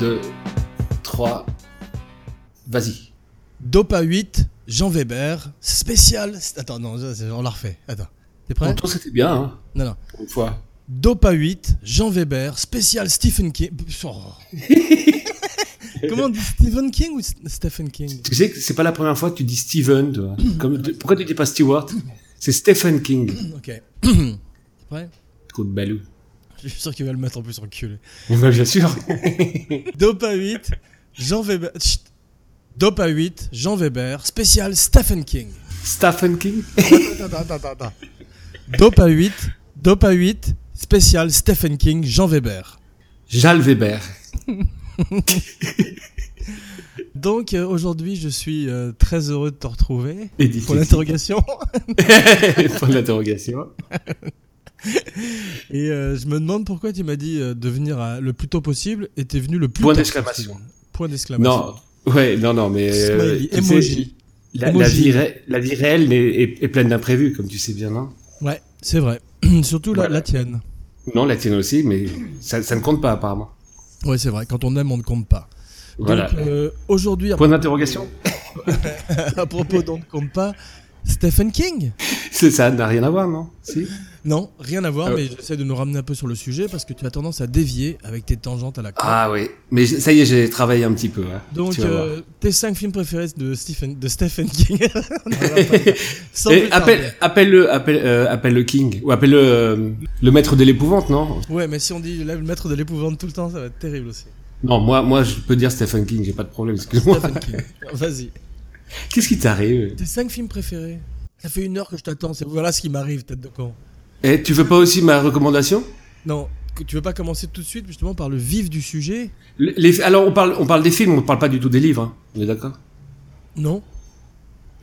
2, 3, vas-y. Dopa 8, Jean Weber, spécial. Attends, non, on la refait. Attends. T'es prêt Pourtant, c'était bien, hein, Non, non. pour une fois. Dopa 8, Jean Weber, spécial Stephen King. Oh. Comment on dit Stephen King ou S- Stephen King Tu sais que c'est pas la première fois que tu dis Steven, toi. Mm. Comme, pourquoi tu dis pas Stewart C'est Stephen King. Ok. T'es prêt Coup de balou. Je suis sûr qu'il va le mettre en plus enculé. Bah, bien sûr. Dopa 8, Jean Weber. Chut. Dopa 8, Jean Weber, spécial Stephen King. Stephen King Attends, attends, attends, attends. Dopa 8, Dopa 8, spécial Stephen King, Jean Weber. Jal Weber. Donc euh, aujourd'hui, je suis euh, très heureux de te retrouver. Et dit- Pour l'interrogation. Point de l'interrogation. Et euh, je me demande pourquoi tu m'as dit euh, de venir à- le plus tôt possible et t'es venu le plus Point tard d'exclamation. possible. Point d'exclamation. Non, ouais, non, non, mais. euh, Ah, tu bah, Smiley, sais, emoji. la, la Emoji. vie ré- la vie réelle est, est- est pleine d'imprévus, comme tu sais bien, non Ouais, c'est vrai. Surtout la, Voilà. la tienne. Non, la tienne aussi, mais ça, ça ne compte pas, apparemment. Ouais, c'est vrai. Quand on aime, on ne compte pas. Voilà. Donc euh, aujourd'hui, à, Point d'interrogation à propos d'on ne compte pas, Stephen King. C'est- Ça n'a rien à voir, non Si Non, rien à voir, Ah ouais. mais j'essaie de nous ramener un peu sur le sujet parce que tu as tendance à dévier avec tes tangentes à la con. Ah oui, mais j- ça y est, j'ai travaillé un petit peu. hein. Donc, Tu vas voir. euh, tes 5 films préférés de Stephen, de Stephen King. On en parlera pas. Sans Eh, plus tarder. appelle, appelle-le, appelle, euh, appelle le King ou appelle le, euh, le maître de l'épouvante, non Ouais, mais si on dit là, le maître de l'épouvante tout le temps, ça va être terrible aussi. Non, moi, moi, je peux dire Stephen King, j'ai pas de problème. Excuse-moi. Stephen King. Vas-y. Qu'est-ce qui t'arrive Tes 5 films préférés Ça fait une heure que je t'attends. c'est- Voilà ce qui m'arrive, tête de con. Eh, tu veux pas aussi ma recommandation Non, que- tu veux pas commencer tout de suite justement par le vif du sujet Le- les- Alors, on parle, on parle des films, on parle pas du tout des livres. hein. On est d'accord Non.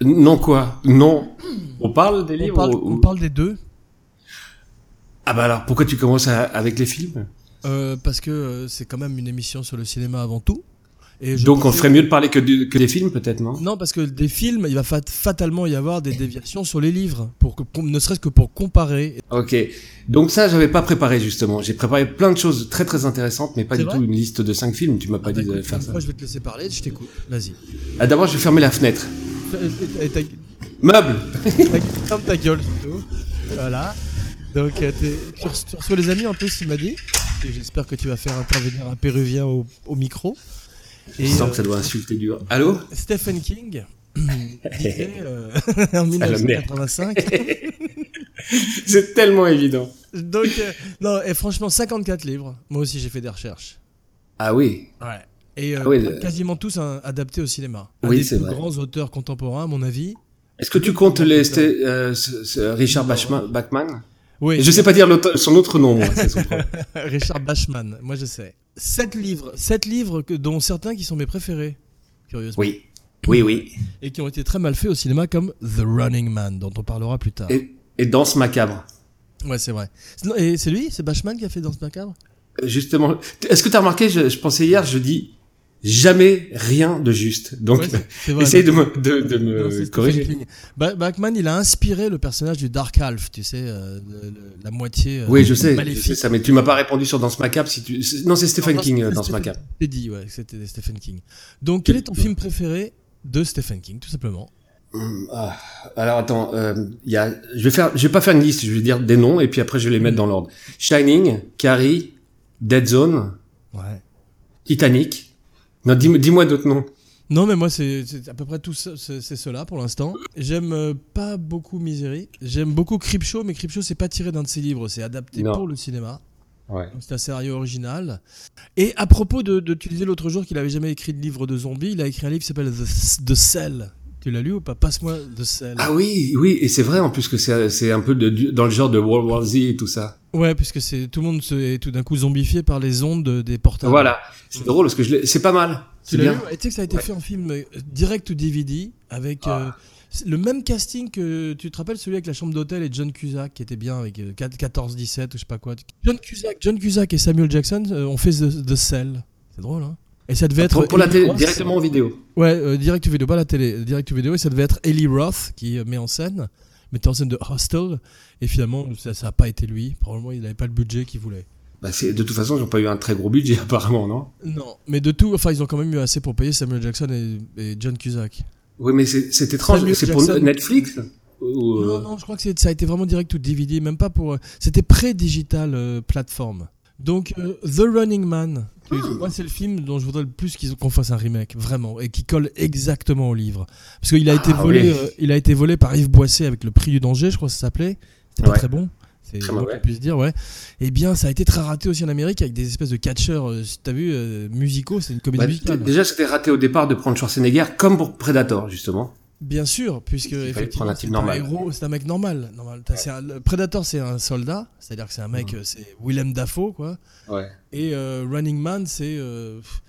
Non quoi Non. On parle des On livres parle, ou- on parle des deux. Ah bah alors, pourquoi tu commences à- avec les films euh, parce que euh, c'est quand même une émission sur le cinéma avant tout. Et je Donc, on pensais- ferait mieux de parler que, du- que des films, peut-être, non Non, parce que des films, il va fat- fatalement y avoir des déviations sur les livres, pour que, pour- ne serait-ce que pour comparer. Ok. Donc ça, j'avais pas préparé justement. J'ai préparé plein de choses très très intéressantes, mais pas C'est du vrai tout une liste de cinq films. Tu m'as pas dit Bah, de écoute, faire une ça. fois, je vais te laisser parler, je t'écoute. Vas-y. Ah, D'abord, je vais fermer la fenêtre. Et- et- et ta- Meuble. Ta- Ferme ta gueule, surtout. Voilà. Donc, euh, t'es- tu reç- tu reçois les amis en plus, il m'a dit. Et J'espère que tu vas faire intervenir un Péruvien au, au micro. Et Je sens euh, que ça doit insulter dur. Allô Stephen King disait euh, en Ah, la merde. 1985. C'est tellement évident. Donc, euh, non, et franchement, 54 livres. Moi aussi, j'ai fait des recherches. Ah oui. Ouais. Et euh, Ah oui, le- quasiment tous hein, adaptés au cinéma. Un Oui, des c'est plus vrai. grands auteurs contemporains, à mon avis. Est-ce que tu comptes les sté- euh, ce- ce Richard Bachman, Bachman Oui, Je sais pas dire l'auteur- son autre nom. Moi, c'est son problème. Richard Bachman, moi je sais. 7 livres, 7 livres que, dont certains qui sont mes préférés, curieusement. oui. Oui, oui. Et qui ont été très mal faits au cinéma, comme The Running Man, dont on parlera plus tard. Et, et Danse macabre. Ouais, c'est vrai. C'est- non, Et c'est lui, c'est Bachman qui a fait Danse Macabre Euh, Justement. Est-ce que t'as remarqué je, je pensais hier, je dis jamais rien de juste. Donc, Ouais, c'est- c'est vrai. essaye de me, de, de me Non, c'est Stephen corriger. King. Ba- Bachman, il a inspiré le personnage du Dark Half, tu sais, euh, le- le- la moitié euh, Oui, je sais, je maléfique. sais ça, mais tu m'as pas répondu sur Danse Macabre. Si tu... c'est- Non, c'est Stephen Non, King, c'est euh, Danse Stephen- Macabre. J'ai dit, ouais, que c'était Stephen King. Donc, quel est ton film préféré de Stephen King, tout simplement Hum, ah, Alors attends, euh, il y a... je, vais faire... je vais pas faire une liste, je vais dire des noms et puis après je vais les mettre dans l'ordre. Shining, Carrie, Dead Zone, Ouais. Titanic. Non, dis- dis-moi d'autres noms. Non, mais moi, c'est c'est à peu près tout ça, c'est c'est cela pour l'instant. J'aime euh, pas beaucoup Misery. J'aime beaucoup Creepshow, mais Creepshow, c'est pas tiré d'un de ses livres, c'est adapté Non. pour le cinéma. Ouais. Donc, C'est un sérieux original. Et à propos de, de tu disais l'autre jour qu'il avait jamais écrit de livre de zombies, il a écrit un livre qui s'appelle The, The Cell. Tu l'as lu ou pas Passe-moi The Cell. Ah oui, oui, et c'est vrai en plus que c'est c'est un peu de- du- dans le genre de World War Z et tout ça. Ouais, puisque c'est tout le monde se- est tout d'un coup zombifié par les ondes de- des portables. Voilà, c'est drôle parce que je l'ai- c'est pas mal. Tu C'est l'as bien. lu Et Tu sais que ça a été Ouais. Ah. fait en film euh, direct ou DVD avec euh, c'est le même casting que tu te rappelles celui avec la chambre d'hôtel et John Cusack qui était bien avec euh, 4- 14 17 ou je sais pas quoi. John Cusack, John Cusack et Samuel Jackson euh, ont fait The, The Cell. C'est drôle hein. Et ça devait être Ah, Pour, pour la Eli télé, Roth. directement en vidéo. Ouais, euh, direct ou vidéo, pas la télé, direct ou vidéo et ça devait être Ellie Roth qui euh, met en scène, mettait en scène de Hostel et finalement ça n'a pas été lui, probablement il n'avait pas le budget qu'il voulait. Bah, c'est- de toute façon, ils n'ont pas eu un très gros budget apparemment, non Non, mais de tout, enfin, ils ont quand même eu assez pour payer Samuel Jackson et, et John Cusack. Oui, mais c'est c'est étrange. Samuel C'est pour Jackson. Netflix ou, euh, Non, non, je crois que c'est- ça a été vraiment direct ou DVD, même pas pour. euh, C'était pré-digital euh, plateforme. Donc, euh, The Running Man, que- Ah. moi, c'est le film dont je voudrais le plus qu'ils- qu'on fasse un remake, vraiment, et qui colle exactement au livre. Parce qu'il a, été Ah, volé, oui. euh, il a été volé par Yves Boisset avec le prix du danger, je crois que ça s'appelait. C'était pas Ouais. très bon. C'est Très le moins mauvais. qu'on puisse dire, ouais. Eh bien, ça a été très raté aussi en Amérique avec des espèces de catcheurs, euh, t'as vu, euh, musicaux, c'est une comédie bah, musicale. Déjà, c'était raté au départ de prendre Schwarzenegger comme pour Predator, justement. Bien sûr, puisque fallait prendre effectivement, un type c'est un normal. héros, c'est un mec normal. normal. T'as- c'est un- le Predator, c'est un soldat, c'est-à-dire que c'est un Mm. mec, euh, c'est Willem Dafoe, quoi. Ouais. Et euh, Running Man, c'est. euh, pff,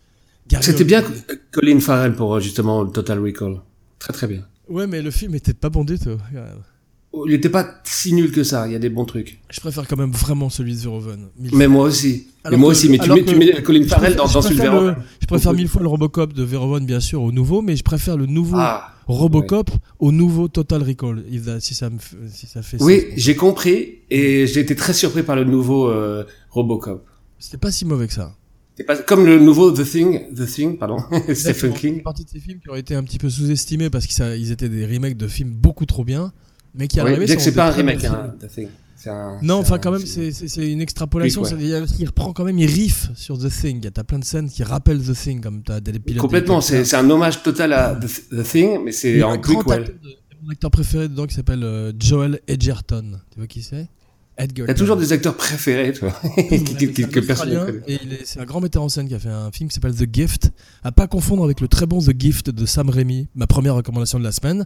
Gary C'était bien Oldman. Colin Farrell pour euh, justement Total Recall. Très très bien. Ouais, mais le film était pas bon du tout. Ouais. Il n'était pas si nul que ça. Il y a des bons trucs. Je préfère quand même vraiment celui de Verhoeven. mille Mais moi aussi. Alors mais moi que- aussi. Mais tu alors mets, tu que- mets Colin Je Farrell préfère- dans, je dans celui de préfère Verhoeven. le- Je préfère mille fois le Robocop de Verhoeven, bien sûr, au nouveau, mais je préfère le nouveau Ah. Robocop au nouveau Total Recall, if that- si ça, me f- si ça fait Oui, sens. j'ai compris et j'ai été très surpris par le nouveau euh, Robocop. C'était pas si mauvais que ça. C'est pas comme le nouveau The Thing, The Thing, pardon, Stephen Exactement. C'est King. partie de ces films qui ont été un petit peu sous-estimés parce qu'ils ça- ils étaient des remakes de films beaucoup trop bien, mais qui Oui, arrivaient. bien que sont c'est des pas un très bons remake, films. hein, The Thing. C'est un- Non, c'est enfin un- quand même, c'est c'est- c'est une extrapolation. Oui, quoi. ça- il, il reprend quand même, il riff sur The Thing. T'as plein de scènes qui rappellent The Thing, comme t'as des pilotes. Complètement, c'est c'est un hommage total à The, The Thing, mais Il y c'est a en un grand prequel. acteur, de- mon acteur préféré dedans qui s'appelle euh, Joel Edgerton. Tu vois qui c'est Edgerton. T'as toujours des acteurs préférés, toi, qui- qui- qui- que C'est un personne ne Australien, connaît. et il est- C'est un grand metteur en scène qui a fait un film qui s'appelle The Gift, à pas confondre avec le très bon The Gift de Sam Raimi, ma première recommandation de la semaine,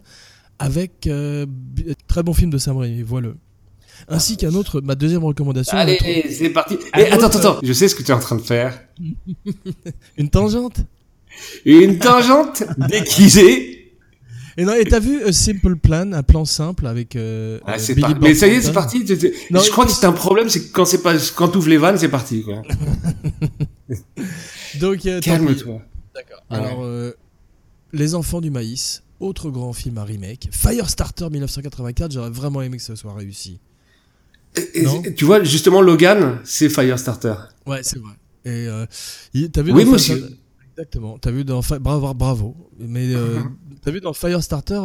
avec euh, b- très bon film de Sam Raimi, voilà. Ainsi qu'un autre, ma deuxième recommandation, un autre- Allez, c'est parti. Un Eh, attends, autre- attends, attends, je sais ce que tu es en train de faire. une tangente. Une tangente déguisée. Et non, et t'as vu A Simple Plan, un plan simple avec. euh, Ah, euh, c'est Billy parti. Bob Mais ça y est, Thornton. c'est parti. Je- je- Non, je crois que c'est un problème, c'est que quand c'est pas, quand t'ouvres les vannes, c'est parti, quoi. Donc, euh, tant pis. Calme-toi. D'accord. Ouais. Alors, euh, Les Enfants du Maïs, autre grand film à remake. Firestarter 1984, j'aurais vraiment aimé que ça soit réussi. Et- et- Non. Tu vois, justement, Logan, c'est Firestarter. Ouais, c'est vrai. Et euh, il- t'as vu Oui, dans monsieur. Firestarter- Exactement. T'as vu dans Fi- bravo, bravo. Mais euh, Mhm. t'as vu dans Firestarter,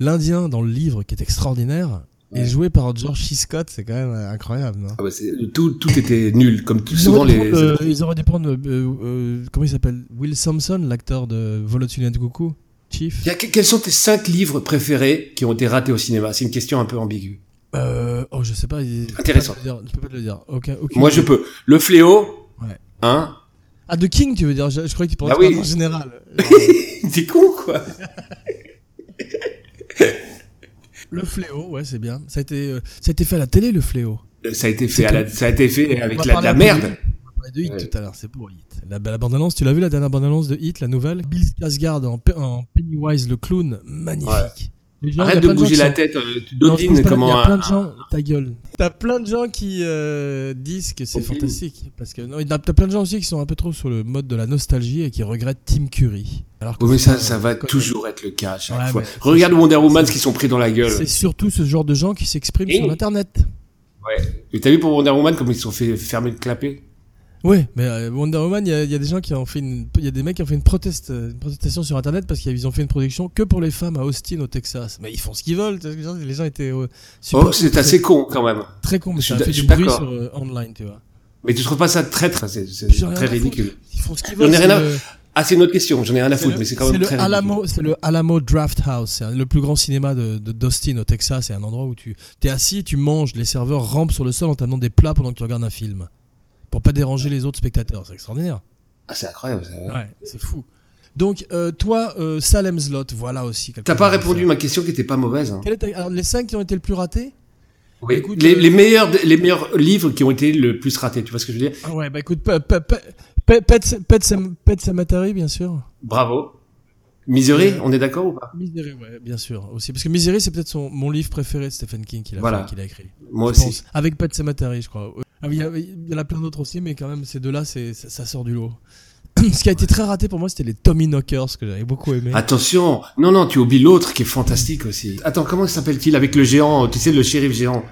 l'Indien dans le livre qui est extraordinaire est Ouais. joué par George C. Scott. C'est quand même euh, incroyable. Non Ah bah, c'est- tout, tout était nul, comme tout- ils, souvent auraient dû les. prendre, euh, ils auraient dû prendre euh, euh, comment il s'appelle Will Sampson, l'acteur de Volotulian Coucou, Chief. Il y a que- Quels sont tes cinq livres préférés qui ont été ratés au cinéma C'est une question un peu ambiguë. Euh, oh, je sais pas. il- Intéressant. Je peux pas te le dire. je peux pas te le dire. Aucun- aucune Moi, je idée. peux. Le Fléau. Ouais. Hein Ah, de King, tu veux dire Je, je croyais que tu parlais Ah de oui. en général. Euh, T'es con, quoi le fléau, ouais, c'est bien. Ça a, été, euh, ça a été fait à la télé, le fléau. Ça a été fait, à la- ça a été fait avec On la, va de la parler un peu merde. On parlait de Hit Ouais. tout à l'heure, c'est pour Hit. La, la bande-annonce, tu l'as vu la dernière bande-annonce de Hit, la nouvelle Bill Skarsgård en, Pe- en Pennywise le clown, magnifique. Les gens, il y a Arrête de plein gens bouger qui la sont- tête. euh, Tu Non, je pense dodines pas, Il y comment a plein un. de gens, ta gueule. T'as plein de gens qui euh, disent que c'est Au film. fantastique. Parce que non, t'as t'as plein de gens aussi qui sont un peu trop sur le mode de la nostalgie et qui regrettent Tim Curry. Alors que hein. Oui, mais ça, c'est- ça va quand- toujours être le cas à chaque Ouais, fois. mais- Regarde Wonder Woman, ce qu'ils sont pris dans la gueule. C'est surtout ce genre de gens qui s'expriment Et- sur Internet. Et t'as vu pour Wonder Woman comme ils se sont fait fermer le clapet Ouais, mais euh, Wonder Woman, il y, a- il y a des gens qui ont fait une, il y a des mecs qui ont fait une, proteste, euh, une protestation sur Internet parce qu'ils ont fait une production que pour les femmes à Austin au Texas. Mais ils font ce qu'ils veulent. tu vois, Les gens, les gens étaient euh, super- Oh, c'est assez con quand même. très con, mais je ça a suis fait d'a- je du suis bruit d'accord. sur euh, online, tu vois. Mais tu trouves pas ça très, très, c'est- c'est J'en ai très rien à ridicule Ils font ce qu'ils J'en veulent. ai c'est rien à- le- Ah, c'est une autre question. J'en ai rien à foutre, le- mais c'est quand même le très ridicule. Alamo, c'est le Alamo Draft House, c'est un- le plus grand cinéma de de- d'Austin au Texas. C'est un endroit où tu t'es assis, tu manges, les serveurs rampent sur le sol en t'amenant des plats pendant que tu regardes un film, pour pas déranger les autres spectateurs. C'est extraordinaire. Ah, c'est incroyable. ça. Ouais, c'est fou. Donc euh, toi, euh, Salem's Lot, voilà aussi. quelque T'as pas chose à répondu à faire. ma question qui était pas mauvaise. hein. Quel est ta- alors, les cinq qui ont été le plus ratés Oui. Écoute, les, euh, les meilleurs, les meilleurs livres qui ont été le plus ratés. Tu vois ce que je veux dire Ah ouais, bah écoute, Pe- Pe- Pe- Pe- Pet Pet Sam- Pet Sematary, bien sûr. Bravo. Misery, Euh, on est d'accord ou pas Misery, ouais, bien sûr aussi, parce que Misery, c'est peut-être son mon livre préféré de Stephen King qu'il a, Voilà. fait, qu'il a écrit. Moi Je aussi. pense. Avec Pat Sematary, je crois. Ah oui, Il y, a- il y en a plein d'autres aussi, mais quand même, ces deux-là, c'est- ça, ça sort du lot. Ce qui a été très raté pour moi, c'était les Tommy Knockers, que j'avais beaucoup aimé. Ah. Attention, non, non, tu oublies l'autre qui est fantastique aussi. Attends, comment s'appelle-t-il avec le géant, tu sais, le shérif géant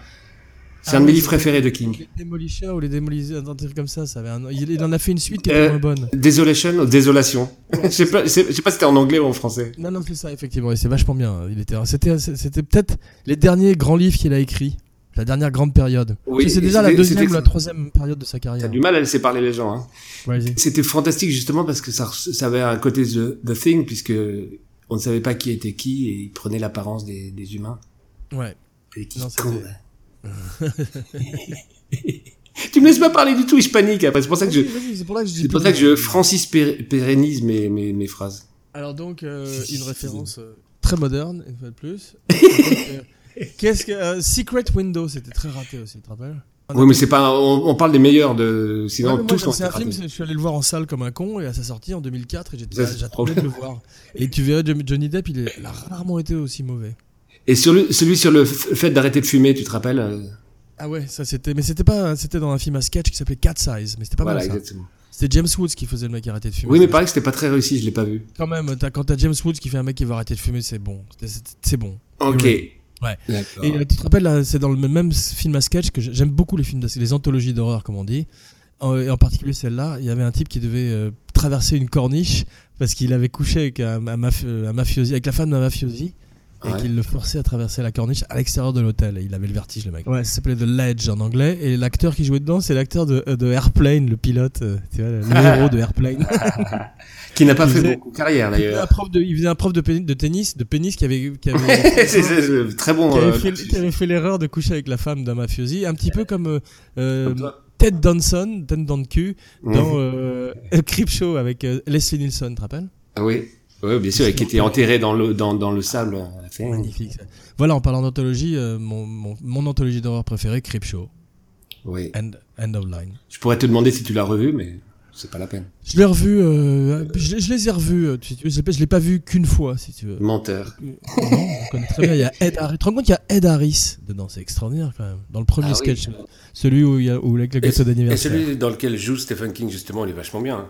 C'est un Ah de mes livres préférés de King. Les Demolishers ou les Demolishers, un truc comme ça. ça avait un- Il, il en a fait une suite qui était Euh, moins bonne. Desolation ou Désolation. Je sais pas, je sais je sais pas si c'était en anglais ou en français. Non, non, c'est ça, effectivement. Et c'est vachement bien. hein, Il était, c'était, c'était peut-être les derniers grands livres qu'il a écrits. La dernière grande période. Oui, Parce que c'est et déjà la c'était- deuxième c'était- ou la troisième période de sa T'as carrière. du mal à laisser parler les gens. Hein. Ouais, vas-y. C'était fantastique justement parce que ça, ça avait un côté The, the Thing puisque on ne savait pas qui était qui et il prenait l'apparence des, des humains. Ouais. Et qui Non, c'était- con, là. tu me laisses pas parler du tout et je panique après. C'est pour ça que je, Vas-y, vas-y, c'est pour ça que je dis c'est pour pas ça que mal. je Francis pé- pérennise mes, mes, mes phrases. Alors donc, euh, une référence euh, très moderne, une fois de plus. Donc, euh, Qu'est-ce que... euh, Secret Window, c'était très raté aussi, tu te rappelles Oui, mais c'est pas. On, on parle des meilleurs de. Ouais, Sinon mais moi, tous comme on c'est un film, c'est- je suis allé le voir en salle comme un con et à sa sortie en 2004 et j'étais Ça, là, c'est j'attendais de le voir. Et tu verrais Johnny- Johnny Depp, il, est- il a rarement été aussi mauvais. Et sur le- celui sur le f- fait d'arrêter de fumer, tu te rappelles euh, Ah ouais, ça c'était mais c'était pas c'était dans un film à sketch qui s'appelait Cat Size, mais c'était pas Voilà, mal ça. exactement. C'était James Woods qui faisait le mec arrêter de fumer. Oui, mais Ça, pareil, que c'était pas très réussi. Je l'ai pas vu. quand même t'as- quand t'as James Woods qui fait un mec qui va arrêter de fumer, c'est bon. C'est- c'est- C'est bon. Ok. Ouais. Et euh, tu te rappelles, là, c'est dans le même film à sketch que j'aime beaucoup les films, de- les anthologies d'horreur, comme on dit. En, et en particulier celle-là, il y avait un type qui devait euh, traverser une corniche parce qu'il avait couché avec un, un maf- un mafiosi, avec la femme d'un mafiosi, et Ouais. qu'il le forçait à traverser la corniche à l'extérieur de l'hôtel. Et il avait le vertige, le mec. Ouais, ça s'appelait The Ledge en anglais, et l'acteur qui jouait dedans, c'est l'acteur de, euh, de Airplane, le pilote, euh, tu vois, le le héros de Airplane. Qui n'a pas Il fait faisait- beaucoup de carrière Il faisait un d'ailleurs. prof de, il faisait un prof de, pénis- de tennis, de pénis qui avait, qui avait c'est c'est- très bon. qui euh, avait fait, qui avait fait l'erreur de coucher avec la femme d'un mafiosi, un petit peu comme euh, euh, comme toi. Ted Danson, Ted dans le cul, Mhm. dans euh, euh, Creep Show avec euh, Leslie Nielsen, tu te rappelles Ah oui. Oui, bien sûr, et qui était enterré dans le, dans, dans le sable à la fin. Magnifique. ça. Voilà, en parlant d'anthologie, euh, mon, mon, mon anthologie d'horreur préférée, Creep Show, Oui. end, end of Line. Je pourrais te demander si tu l'as revu, mais c'est pas la peine. Je l'ai revu, euh, je, l'ai- je les ai revus, euh, si tu veux, je l'ai pas- je l'ai pas vu qu'une fois, si tu veux. Euh, Menteur. Non, on connaît très bien. Il y a Ed Harris. Tu te rends compte qu'il y a Ed Harris dedans C'est extraordinaire quand même. Dans le premier Ah oui. sketch, celui où il y a où, avec le Et, gâteau et d'anniversaire. celui dans lequel joue Stephen King, justement, il est vachement bien. hein.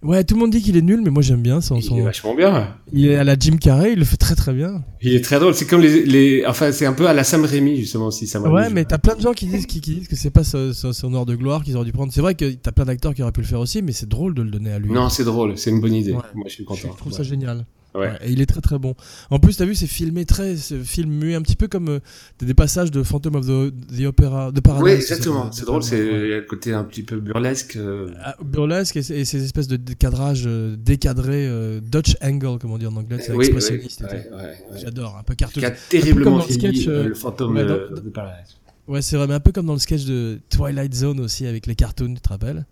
Ouais, tout le monde dit qu'il est nul, mais moi j'aime bien son, Il est son, vachement bien. Il est à la Jim Carrey, il le fait très très bien. Il est très drôle. C'est comme les, les, enfin, c'est un peu à la Sam Raimi, justement, si Sam Raimi. ouais, joue. mais t'as plein de gens qui disent, qui, qui disent que c'est pas son, son- son heure de gloire qu'ils auraient dû prendre. C'est vrai que t'as plein d'acteurs qui auraient pu le faire aussi, mais c'est drôle de le donner à lui. Non, c'est drôle. C'est une bonne idée. Ouais. Moi, je suis je content. trouve ça Ouais. génial. Ouais. et il est très très bon. En plus, t'as vu, c'est filmé très, c'est film muet, un petit peu comme euh, t'as des passages de Phantom of the, the Opera, de Paradise. Oui, ça exactement. s'appelle. C'est drôle. C'est Ouais. il y a le côté un petit peu burlesque. euh, Ah, burlesque et, et ces espèces de de cadrages euh, décadrés, euh, Dutch angle, comme on dit en anglais, c'est oui, oui, expressionniste. et tout. ouais, ouais, ouais. J'adore, un peu cartoon. Qui a terriblement dans le vieilli, sketch, euh, euh, le fantôme ouais, dans- euh, de Paradise. Ouais, c'est vrai, mais un peu comme dans le sketch de Twilight Zone aussi avec les cartoons, tu te rappelles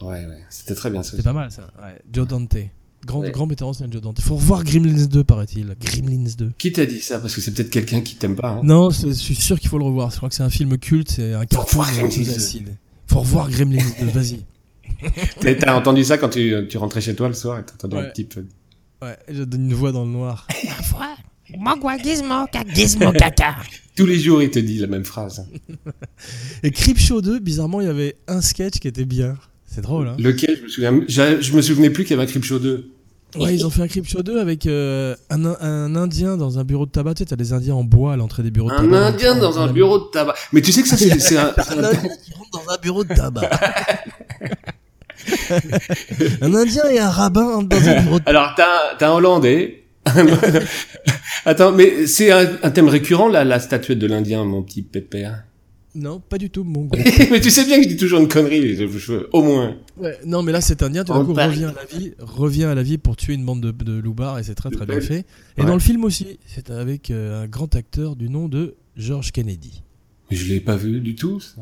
Ouais, ouais. C'était très bien. ça. C'est pas mal ça. Joe Dante. Grand, Ouais. grand metteur en scène, Joe Dante. Faut revoir Gremlins 2, paraît-il. Gremlins 2. Qui t'a dit ça Parce que c'est peut-être quelqu'un qui t'aime pas. hein. Non, c'est- je suis sûr qu'il faut le revoir. Je crois que c'est un film culte, c'est un cartoon revoir Gremlins sous 2. acide. Faut revoir Gremlins 2, vas-y. T'as- T'as entendu ça quand tu, tu rentrais chez toi le soir et t'as entendu un Ouais. petit peu. Ouais, je donne une voix dans le noir. Parfois, Mogwa Gizmo, ca- Gizmo Caca. Tous les jours, il te dit la même phrase. Et Creepshow 2, bizarrement, il y avait un sketch qui était bien. C'est drôle, hein Lequel je me souviens, j'a- je me souvenais plus qu'il y avait un Crip Show 2. Ouais, ils ont fait un Creepshow 2 avec euh, un, un Indien dans un bureau de tabac. Tu sais, t'as les Indiens en bois à l'entrée des bureaux de Un tabac. Indien dans un bureau de tabac. Mais tu sais que ça, c'est c'est un, c'est Un un- Indien qui rentre dans un bureau de tabac. un Indien et un rabbin entrent dans un bureau de tabac. Alors t'as t'as un Hollandais. Attends, mais c'est un, un thème récurrent là, la statuette de l'Indien, mon petit pépère. Non, pas du tout, mon gars. mais tu sais bien que je dis toujours une connerie, je- je- au moins. Ouais, non, mais là, cet Indien, tout d'un On coup, parle. revient à la vie, revient à la vie pour tuer une bande de, de loupards et c'est très très bien belles. fait. Et Ouais. dans le film aussi, c'est avec euh, un grand acteur du nom de George Kennedy. Mais je l'ai pas vu du tout. Ça.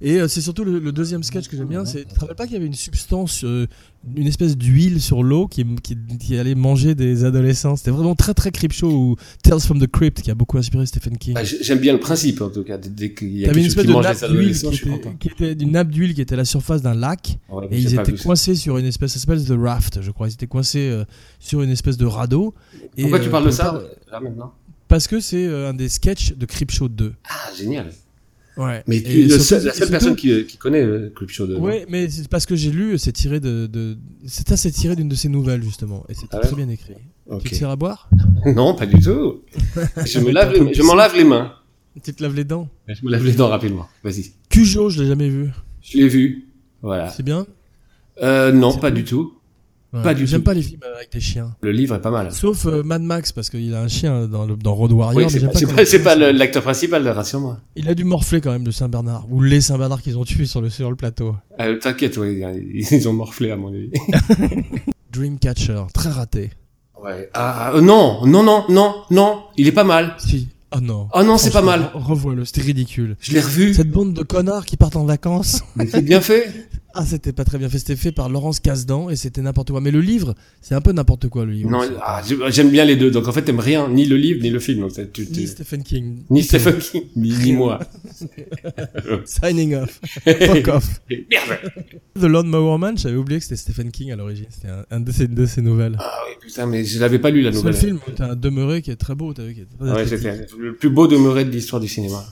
Et euh, c'est surtout le, le deuxième sketch que j'aime bien. C'est, tu te rappelles pas qu'il y avait une substance, euh, une espèce d'huile sur l'eau qui, qui, qui allait manger des adolescents. C'était vraiment très très creep show ou Tales from the Crypt qui a beaucoup inspiré Stephen King. Ah, j- J'aime bien le principe en tout cas. Dès- Dès qu'il y a T'avais une quelque chose espèce qui de mange nappe les d'huile adolescents, qui je suis était- content. qui était une nappe d'huile qui était à la surface d'un lac. Ouais, Et j'ai ils pas étaient vu ça. coincés sur une espèce, ça s'appelle The Raft, je crois. Ils étaient coincés euh, sur une espèce de radeau. Et, Pourquoi tu euh, parles de on ça parle- là maintenant Parce que c'est euh, un des sketchs de Creepshow 2. Ah génial. Ouais. Mais Et tu es le surtout- seul- la et seule surtout- personne qui, qui connaît euh, Club Show 2. non Ouais, mais c'est parce que j'ai lu, c'est tiré de, de c'est ça, c'est tiré d'une de ses nouvelles justement, et c'était Ah ouais très bien écrit. Ok. Tu te sers à boire Non, pas du tout. je me lave les- je m'en lave les mains. Tu te laves les dents. Je me lave les dents rapidement. Vas-y. Cujo, je l'ai jamais vu. Je l'ai vu. Voilà. C'est bien Euh, non, C'est pas bon. du tout. Ouais. Ah. Pas du J'aime tout. pas les films avec des chiens. Le livre est pas mal. Sauf euh, Mad Max, parce qu'il a un chien dans, le, dans Road Oui, Warrior. mais c'est j'aime pas, pas c'est quand pas- il- c'est pas le- l'acteur principal, rassure-moi. Il a dû morfler quand même le Saint-Bernard. Ou les Saint-Bernard qu'ils ont tués sur le, sur le plateau. Euh, T'inquiète, ouais, ils ont morflé à mon avis. Dreamcatcher, très raté. Ouais. Ah, euh, non, non, non, non, non, il est pas mal. Si. Oh non. Oh non, c'est pas mal. Franchement, re- Revois-le, c'était ridicule. Je l'ai revu. Cette bande de connards qui partent en vacances. C'est bien fait. Ah, c'était pas très bien fait. C'était fait par Laurence Casdan et c'était n'importe quoi. Mais le livre, c'est un peu n'importe quoi, le livre. Non, aussi. ah, j'ai- j'aime bien les deux. Donc en fait, t'aimes rien, ni le livre, ni le film. Donc, tu- tu- Ni Stephen King. ni Stephen King, ni, ni moi. Signing off. Fuck off. Merde. The Lawnmower Man, j'avais oublié que c'était Stephen King à l'origine. C'était un, un de, ses, de ses nouvelles. Ah oui, putain, mais je l'avais pas lu la C'est le nouvelle. film où t'as un demeuré qui est très beau. T'as vu, qui est très Ouais, esthétique. c'était le plus beau demeuré de l'histoire du cinéma.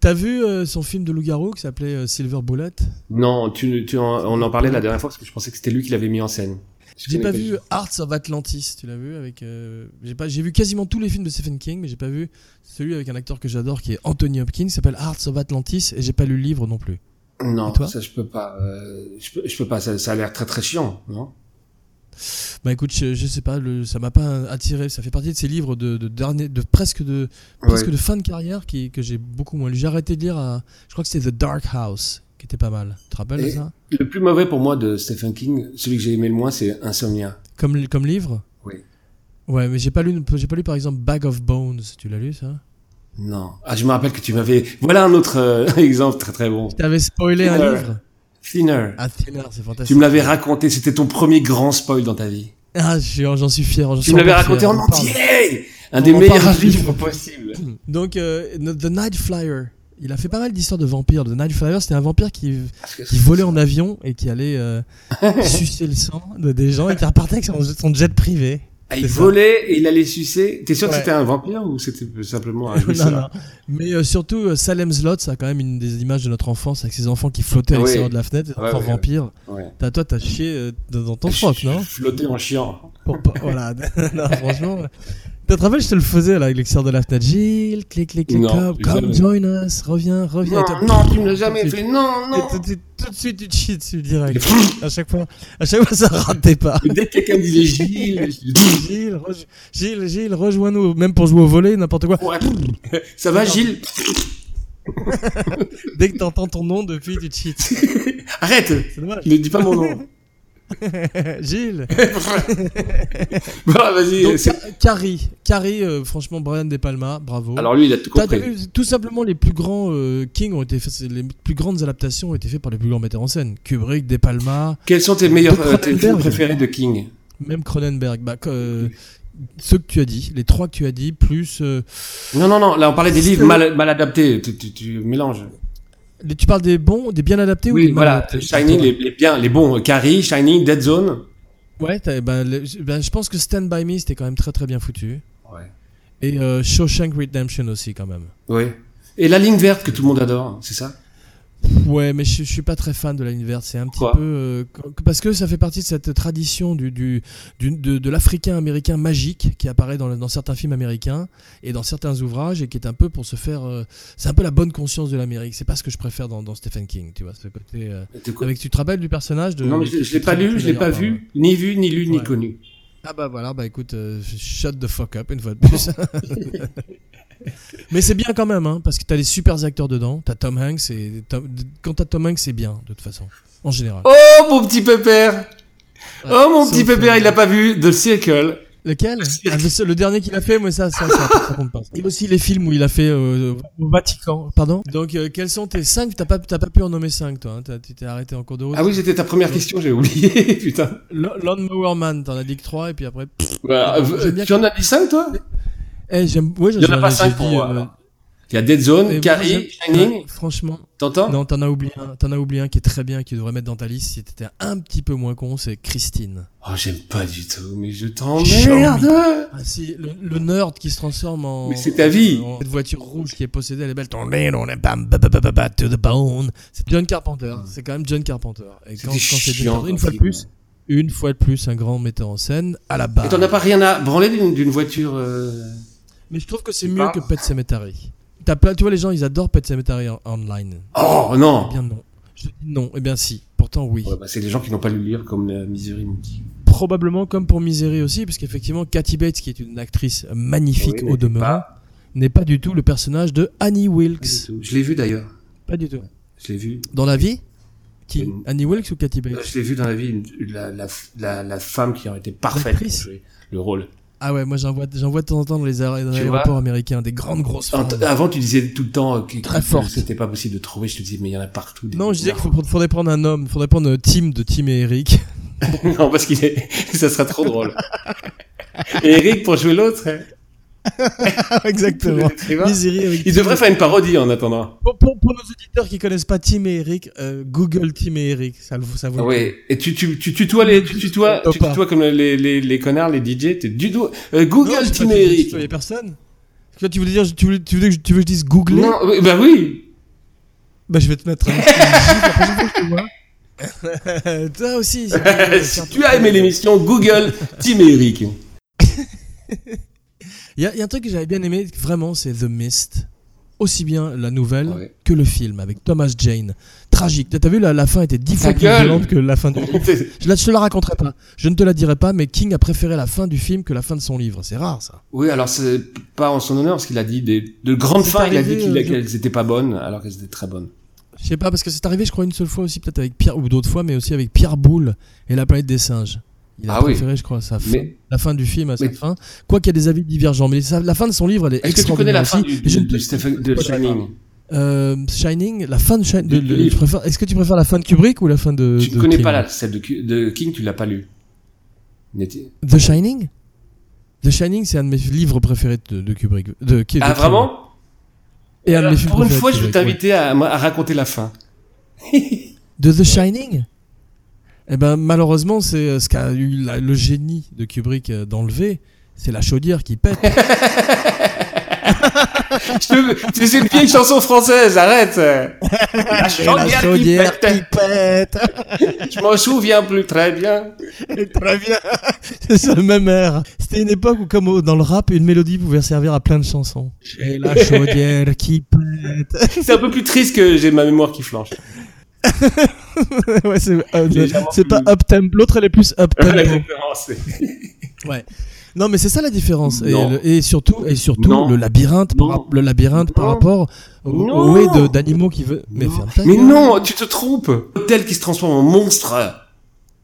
T'as vu euh, son film de loup-garou qui s'appelait euh, Silver Bullet Non, tu, tu en- on en parlait la dernière fois parce que je pensais que c'était lui qui l'avait mis en scène. Je J'ai connais pas vu Hearts of Atlantis, tu l'as vu avec euh, j'ai pas j'ai vu quasiment tous les films de Stephen King mais j'ai pas vu celui avec un acteur que j'adore qui est Anthony Hopkins, qui s'appelle Hearts of Atlantis et j'ai pas lu le livre non plus. Non, Et toi ça je peux pas. euh, je, peux, je peux pas. Ça, ça a l'air très très chiant, non Bah écoute, je, je sais pas, le, ça m'a pas attiré, ça fait partie de ces livres de, de dernier de presque de presque Ouais. de fin de carrière qui que j'ai beaucoup moins lu. J'ai arrêté de lire à, je crois que c'était The Dark House qui était pas mal. Tu te rappelles de Et- ça Le plus mauvais pour moi de Stephen King, celui que j'ai aimé le moins, c'est Insomnia. Comme comme livre Oui. Ouais, mais j'ai pas lu j'ai pas lu par exemple Bag of Bones, tu l'as lu ça Non. Ah, je me rappelle que tu m'avais. Voilà un autre euh, exemple très très bon. Je t'avais spoilé un Thinner. livre. Thinner. Ah Thinner, c'est fantastique. tu me l'avais raconté. C'était ton premier grand spoil dans ta vie. Ah, je suis- j'en suis fier. j'en Tu suis me l'avais encore raconté fier, en on parle. entier. Un On des en meilleurs parle plus. livres possibles. Donc, euh, The Night Flyer. Il a fait pas mal d'histoires de vampires. The Night Flyer, c'était un vampire qui, qui volait en avion et qui allait euh, sucer le sang de des gens et qui repartait avec son, son jet privé. Ah, il C'est ça. volait et il allait sucer. T'es sûr que Ouais. c'était un vampire ou c'était simplement un Non, jouisseur non. Mais euh, surtout, euh, Salem's Lot, ça a quand même une des images de notre enfance avec ces enfants qui flottaient à Oui. l'extérieur de la fenêtre, des Ouais, enfants ouais, ouais. vampires. Ouais. T'as- Toi, t'as chié euh, dans dans ton froc, non Flotter en chiant. Pour pas- voilà, non, franchement. Tu te rappelles, je te le faisais là, avec l'extérieur de la fenêtre. Gilles, clic, clic, clic, Non, hop, jamais. come join us, reviens, reviens. Non, Et toi, non, tu me l'as jamais tout de fait. suite. Non, non. Et tout, de suite- tout de suite, tu te chies dessus direct. à chaque fois, à chaque fois, ça ratait pas. Dès que quelqu'un me disait Gilles, je dis, Gilles, rej- Gilles, Gilles, rejoins-nous, même pour jouer au volet, n'importe quoi. Ouais. Ça va, Gilles Dès que t'entends ton nom depuis, tu te chies dessus. Arrête C'est dommage. Ne dis pas mon nom. Gilles. Bon, vas-y. Donc, c'est- Ca- Carrie, Carrie, euh, franchement, Brian De Palma, bravo. Alors lui, il a tout T'as compris. vu, tout simplement les plus grands euh, King ont été faits- les plus grandes adaptations ont été faites par les plus grands metteurs en scène. Kubrick, De Palma, Quels sont tes meilleurs De euh, tes films Cronenberg. préférés de King même Cronenberg. Bah, que- euh, ceux que tu as dit, les trois que tu as dit, plus euh, Non, non, non. Là, on parlait des livres C'est- mal, mal adaptés. Tu, tu- tu mélanges. les- tu parles des bons, des bien adaptés ou Oui, des mal voilà. adaptés Shining, les, les bien, les bons. euh, Carrie, Shining, Dead Zone. Ouais, t'as- bah, le- bah, je pense que Stand by Me c'était quand même très très bien foutu. Ouais. Et euh, Shawshank Redemption aussi quand même. Oui. Et la ligne verte que tout le monde adore, c'est ça Ouais, mais je, je suis pas très fan de la ligne verte. C'est un petit Pourquoi peu euh, que- parce que ça fait partie de cette tradition du, du, du- de, de l'Africain américain magique qui apparaît dans, le- dans certains films américains et dans certains ouvrages et qui est un peu pour se faire. euh, c'est un peu la bonne conscience de l'Amérique. C'est pas ce que je préfère dans, dans Stephen King. Tu vois ce côté. euh, De quoi- avec tu te rappelles du personnage de. Non, mais je, je l'ai pas lu, je l'ai pas vu, ni vu, ni lu, ni Ouais. connu. Ah bah voilà, bah écoute, euh, shut the fuck up une fois de plus. Mais c'est bien quand même, hein, parce que t'as des super acteurs dedans. T'as Tom Hanks et Tom- quand t'as Tom Hanks, c'est bien de toute façon, en général. Oh mon petit pépère Oh mon Sauf, petit pépère, euh, il l'a pas vu The Circle. Lequel Ah, le, seul- le dernier qu'il a fait, moi ça, ça, ça, ça compte pas. Et aussi les films où il a fait euh, au Vatican, pardon. Donc euh, quels sont tes 5 T'as pas, t'as pas pu en nommer 5 toi. hein, t'as- tu t'es arrêté en cours de route. Ah oui, c'était ta première question, j'ai oublié, putain. Lo- Lawnmower Man, t'en as dit que 3 et puis après. Voilà, J'aime euh, bien Tu en as dit 5 toi Eh j'aime. Ouais, Il y en a j'en pas ai- cinq j'ai pour dit, moi, euh, alors. Il y a Dead Zone, mais Carrie, moi, j'aime- Shining, ouais, Franchement. t'entends Non, t'en as oublié un, t'en as oublié un qui est très bien, qui devrait mettre dans ta liste si t'étais un petit peu moins con, c'est Christine. Oh, j'aime pas du tout, mais je Show t'emmerde Ah si, le, le nerd qui se transforme en. euh, Mais c'est ta vie. en- en- cette voiture rouge qui est possédée, elle est belle. Tombée, on est bam, ba, ba, ba, ba, ba, to the bone. C'est John Carpenter. C'est quand même John Carpenter. Et Hmm. C'était quand, quand c'est John chiant. Carpenter- une fois de plus, une fois de plus, un grand metteur en scène à la base. Et t'en as pas rien à branler d'une d'une voiture euh, Mais je trouve que c'est Il mieux part. que Pet Cemetery. T'as plein, tu vois, les gens, ils adorent Pet Cemetery en- online. Oh Eh non bien, non. Je te dis non. Eh bien, si. Pourtant, oui. Ouais, bah, C'est les gens qui n'ont pas lu le livre comme euh, Misery Monkey. Probablement comme pour Misery aussi, parce qu'effectivement, Cathy Bates, qui est une actrice magnifique Oui, au mais demeurant, pas- n'est pas du tout le personnage de Annie Wilkes. Je l'ai vu d'ailleurs. Pas du tout. Je l'ai vu. Dans la vie Qui Euh, Annie Wilkes ou Cathy Euh, Bates Je l'ai vu dans la vie, une- la, la, la, la femme qui aurait été parfaite pour L'actrice. jouer le rôle. Ah ouais, moi j'en vois, j'en vois de temps en temps dans les aé- dans les vois aéroports américains, des grandes grosses Ant- femmes. Avant, tu disais tout le temps euh, que Très que forte. c'était pas possible de trouver. Je te disais, mais il y en a partout. des- Non, je disais qu'il faut prendre- faudrait prendre un homme, faudrait prendre euh, Tim de Tim et Eric. non, parce que ça sera trop drôle. Et Eric pour jouer l'autre. hein. Ah, Exactement. Tu vois Misery avec Il Tim. devrait faire une parodie en attendant. Pour, pour- pour nos auditeurs qui connaissent pas Tim et Eric, euh, Google Tim et Eric, ça, le- ça vaut. le coup. Oui. Ah Et tu, tu, tu tutoies les, tu tutoies, Oh, tu pas. tutoies comme les, les, les connards, les DJ. Tu du euh, Non, Google j'ai pas Tim dit et que Eric. Tu voyais personne Parce que là, tu voulais dire, tu voulais, tu voulais que je, tu veux que je dise googler Non, oui, bah oui. Bah, je vais te mettre un petit gif la prochaine fois que je te vois. Toi aussi. c'est pas- c'est un si truc- tu as aimé l'émission, Google Tim et Eric. Il y, a- il y a un truc que j'avais bien aimé, vraiment, c'est The Mist. Aussi bien la nouvelle Ouais. que le film avec Thomas Jane. Tragique. T'as vu, la, la fin était dix Ta fois plus gueule violente que la fin du livre. Je, la- je te la raconterai pas. Je ne te la dirai pas, mais King a préféré la fin du film que la fin de son livre. C'est rare, ça. Oui, alors c'est pas en son honneur parce qu'il a dit des, de grandes C'est fins, il a dit arrivé, qu'il- euh, qu'elles étaient pas bonnes alors qu'elles étaient très bonnes. Je sais pas, parce que c'est arrivé, je crois, une seule fois aussi, peut-être avec Pierre, ou d'autres fois, mais aussi avec Pierre Boulle et la planète des singes. Il a Ah oui. préféré, je crois, sa fin, Mais- la fin du film à sa Mais- fin. Quoi qu'il y ait des avis divergents, mais ça- la fin de son livre, elle est Est-ce que tu connais la extraordinaire fin aussi, du, et je du, ne te- du Stephen- de pas Shining Euh, Shining, la fin de Shining. Du- du livre. Est-ce que tu préfères la fin de Kubrick ou la fin de. Tu de ne connais King pas la, celle de, Q- de King, tu l'as pas lu. N'est-il- The Shining The Shining, c'est un de mes livres préférés de, de Kubrick. De, qui- de Ah King. vraiment Et un de mes Alors, films Pour une préférés fois, de je vais Kubrick, ouais. t'inviter à, à raconter la fin. De The Shining Eh ben malheureusement, c'est euh, ce qu'a eu la- le génie de Kubrick euh, d'enlever, c'est la chaudière qui pète. Je te- tu- C'est une vieille chanson française, arrête La Et la chaudière qui chaudière qui pète. pète Je m'en souviens plus très bien. Très bien C'est ça le même air. C'était une époque où, comme au- dans le rap, une mélodie pouvait servir à plein de chansons. Et la chaudière qui pète C'est un peu plus triste que j'ai ma mémoire qui flanche. Ouais, c'est euh, Légèrement c'est pas plus- up tempo. L'autre, elle est plus up Voilà, tempo. exactement, c'est- Ouais. Non, mais c'est ça la différence. Et, Non. le- et surtout, et surtout Non. le labyrinthe, par, Non. rap- le labyrinthe par Non. rapport au Non. au hait de- d'animaux qui veut. Mais ferme ta Mais gueule. non, tu te trompes. L'hôtel qui se transforme en monstre.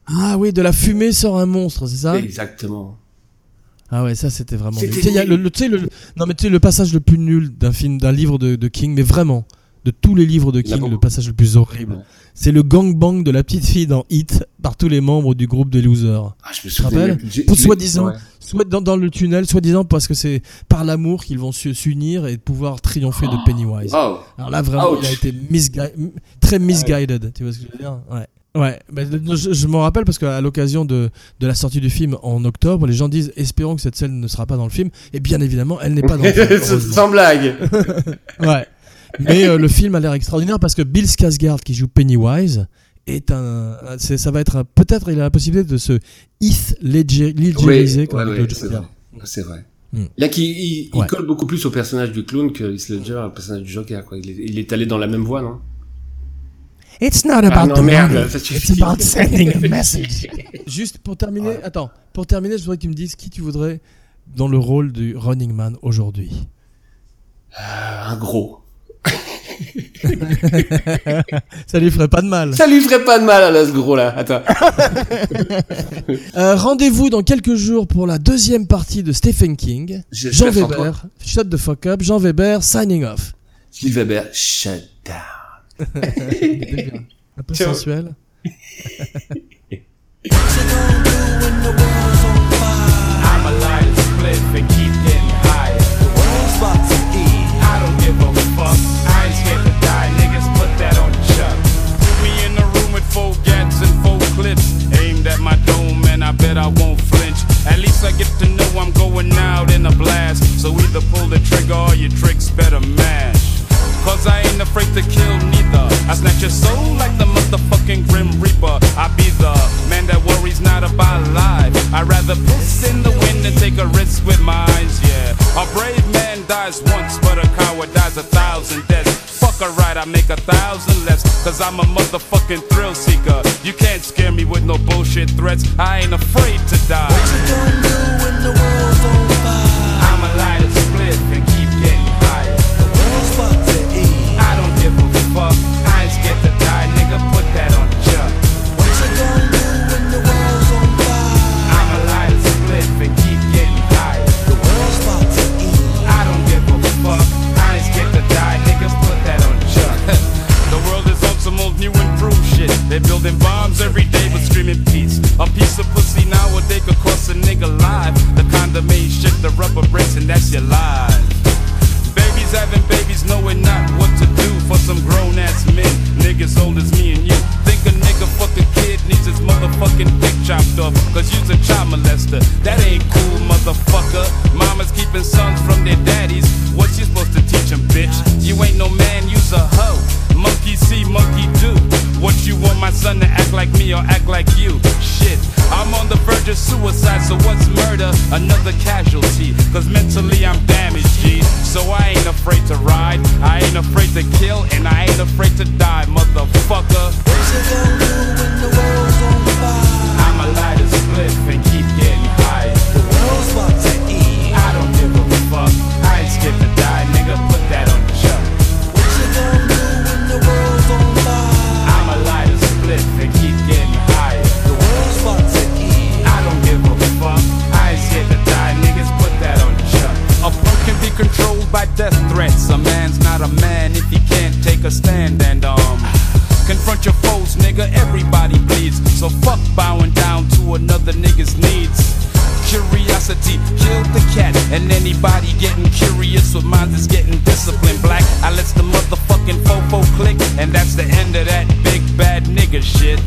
Ah oui, de la fumée sort un monstre, c'est ça Exactement. Ah ouais, ça c'était vraiment. nul. C'était Tu sais, il y a nul. le, le- tu sais, le- non mais tu sais le passage le plus nul d'un film, d'un livre de, de King, mais vraiment de tous les livres de Il y en a King, le beaucoup. passage le plus horrible, c'est le gangbang de la petite fille dans Hit par tous les membres du groupe des losers. Ah, je me Rappel. souviens. plus. Pour soi-disant. Ouais. soit dans, dans le tunnel, soi-disant parce que c'est par l'amour qu'ils vont su- s'unir et pouvoir triompher Ah. de Pennywise. Wow. Alors là, vraiment, Ouch. il a été misgui- m- très misguided, tu vois ce que je veux dire Ouais. Ah Ouais, mais le- je, je m'en rappelle parce qu'à l'occasion de, de la sortie du film en octobre, les gens disent espérons que cette scène ne sera pas dans le film. Et bien évidemment, elle n'est pas dans le film. heureusement. Sans blague. ouais. Mais euh, le film a l'air extraordinaire parce que Bill Skarsgård qui joue Pennywise est un, un- c'est- ça va être un- peut-être il a la possibilité de se Heath Ledger, ledgeriser Oui, comme ouais, avec ouais, le c'est Joker. vrai. C'est vrai. Hmm. Là, qui, il, il Ouais. colle beaucoup plus au personnage du clown que Heath Ledger, le personnage du Joker. Quoi. Il, est, il est allé dans la même voie, non It's not Ah about non, the merde, money. ça suffit. It's about sending a message. Juste pour terminer, attends, pour terminer, je voudrais que tu me dises qui tu voudrais dans le rôle du Running Man aujourd'hui. Ah, Un gros. Ça lui ferait pas de mal. Ça lui ferait pas de mal, là, ce gros-là. Attends. Euh, Rendez-vous dans quelques jours pour la deuxième partie de Stephen King. Jean J'espère sans toi. Weber, Shut the fuck up, Jean Weber, signing off. Steve Weber, shut down. Un peu Ciao. sensuel. I'm a liar, split and keep getting higher. The world's about to end. I don't give a fuck. I ain't scared to die, niggas. Put that on Chuck. We in the room with four gats and four clips. Aimed at my dome, and I bet I won't flinch. At least I get to know I'm going out in a blast. So either pull the trigger or your tricks better mash. Cause I ain't afraid to kill neither. I snatch your soul like the motherfucking Grim Reaper. I be the man that worries not about life. I'd rather piss in the wind than take a risk with my eyes, yeah. A brave man right, I make a thousand less. Cause I'm a motherfucking thrill seeker. You can't scare me with no bullshit threats. I ain't afraid to die. I'm a lighter split and keep getting higher. I don't give a fuck. I ain't scared to die, nigga. Put that on Chuck. I'm a lighter split and keep getting higher. I don't give a fuck. I ain't scared to die, niggas. Put that on Chuck. the world is on some old new improved shit. They're building bombs every day but screaming peace. A piece of pussy nowadays could cost a nigga life. The condom ain't shit, the rubber breaks, and that's your life. Babies having babies, knowing not what to do for some grown ass men. Niggas old as me and you. Think a nigga fucking kid needs his motherfucking dick chopped off. Cause you's a child molester. That ain't cool, motherfucker. Mama's keeping sons from their daddies. What you supposed to teach 'em, bitch? You ain't no man, you's a hoe. Monkey see, monkey do. What you want my son to act like me or act like you? Shit, I'm on the verge of suicide, so what's murder? Another casualty. Cause mentally I'm damaged, G. So I ain't afraid to ride, I ain't afraid to kill, and I ain't afraid to die, motherfucker. I'm a lighter split and keep getting higher. I don't give a fuck, I ain't scared to die, nigga. Put that on Chuck. I'm a lighter split and keep getting higher. I don't give a fuck. I ain't scared to die, niggas. Put that on Chuck. A punk can be controlled by death threats. A man's not a man if he can't take a stand and um. Confront your foes, nigga. Everybody bleeds. So fuck bowing down to another nigga's needs. Curiosity killed the cat, and anybody getting curious with minds is getting disciplined. Black, I let the motherfucking fofo click, and that's the end of that big bad nigga shit.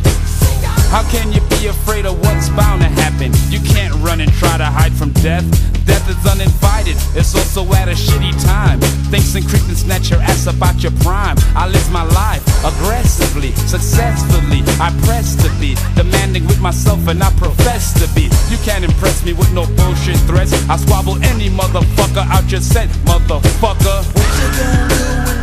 How can you be afraid of what's bound to happen? You can't run and try to hide from death. Death is uninvited, it's also at a shitty time. Thinks and creep and snatch your ass about your prime. I live my life aggressively, successfully. I press to be demanding with myself and I profess to be. You can't impress me with no bullshit threats. I squabble any motherfucker out your set, motherfucker. What you gonna do when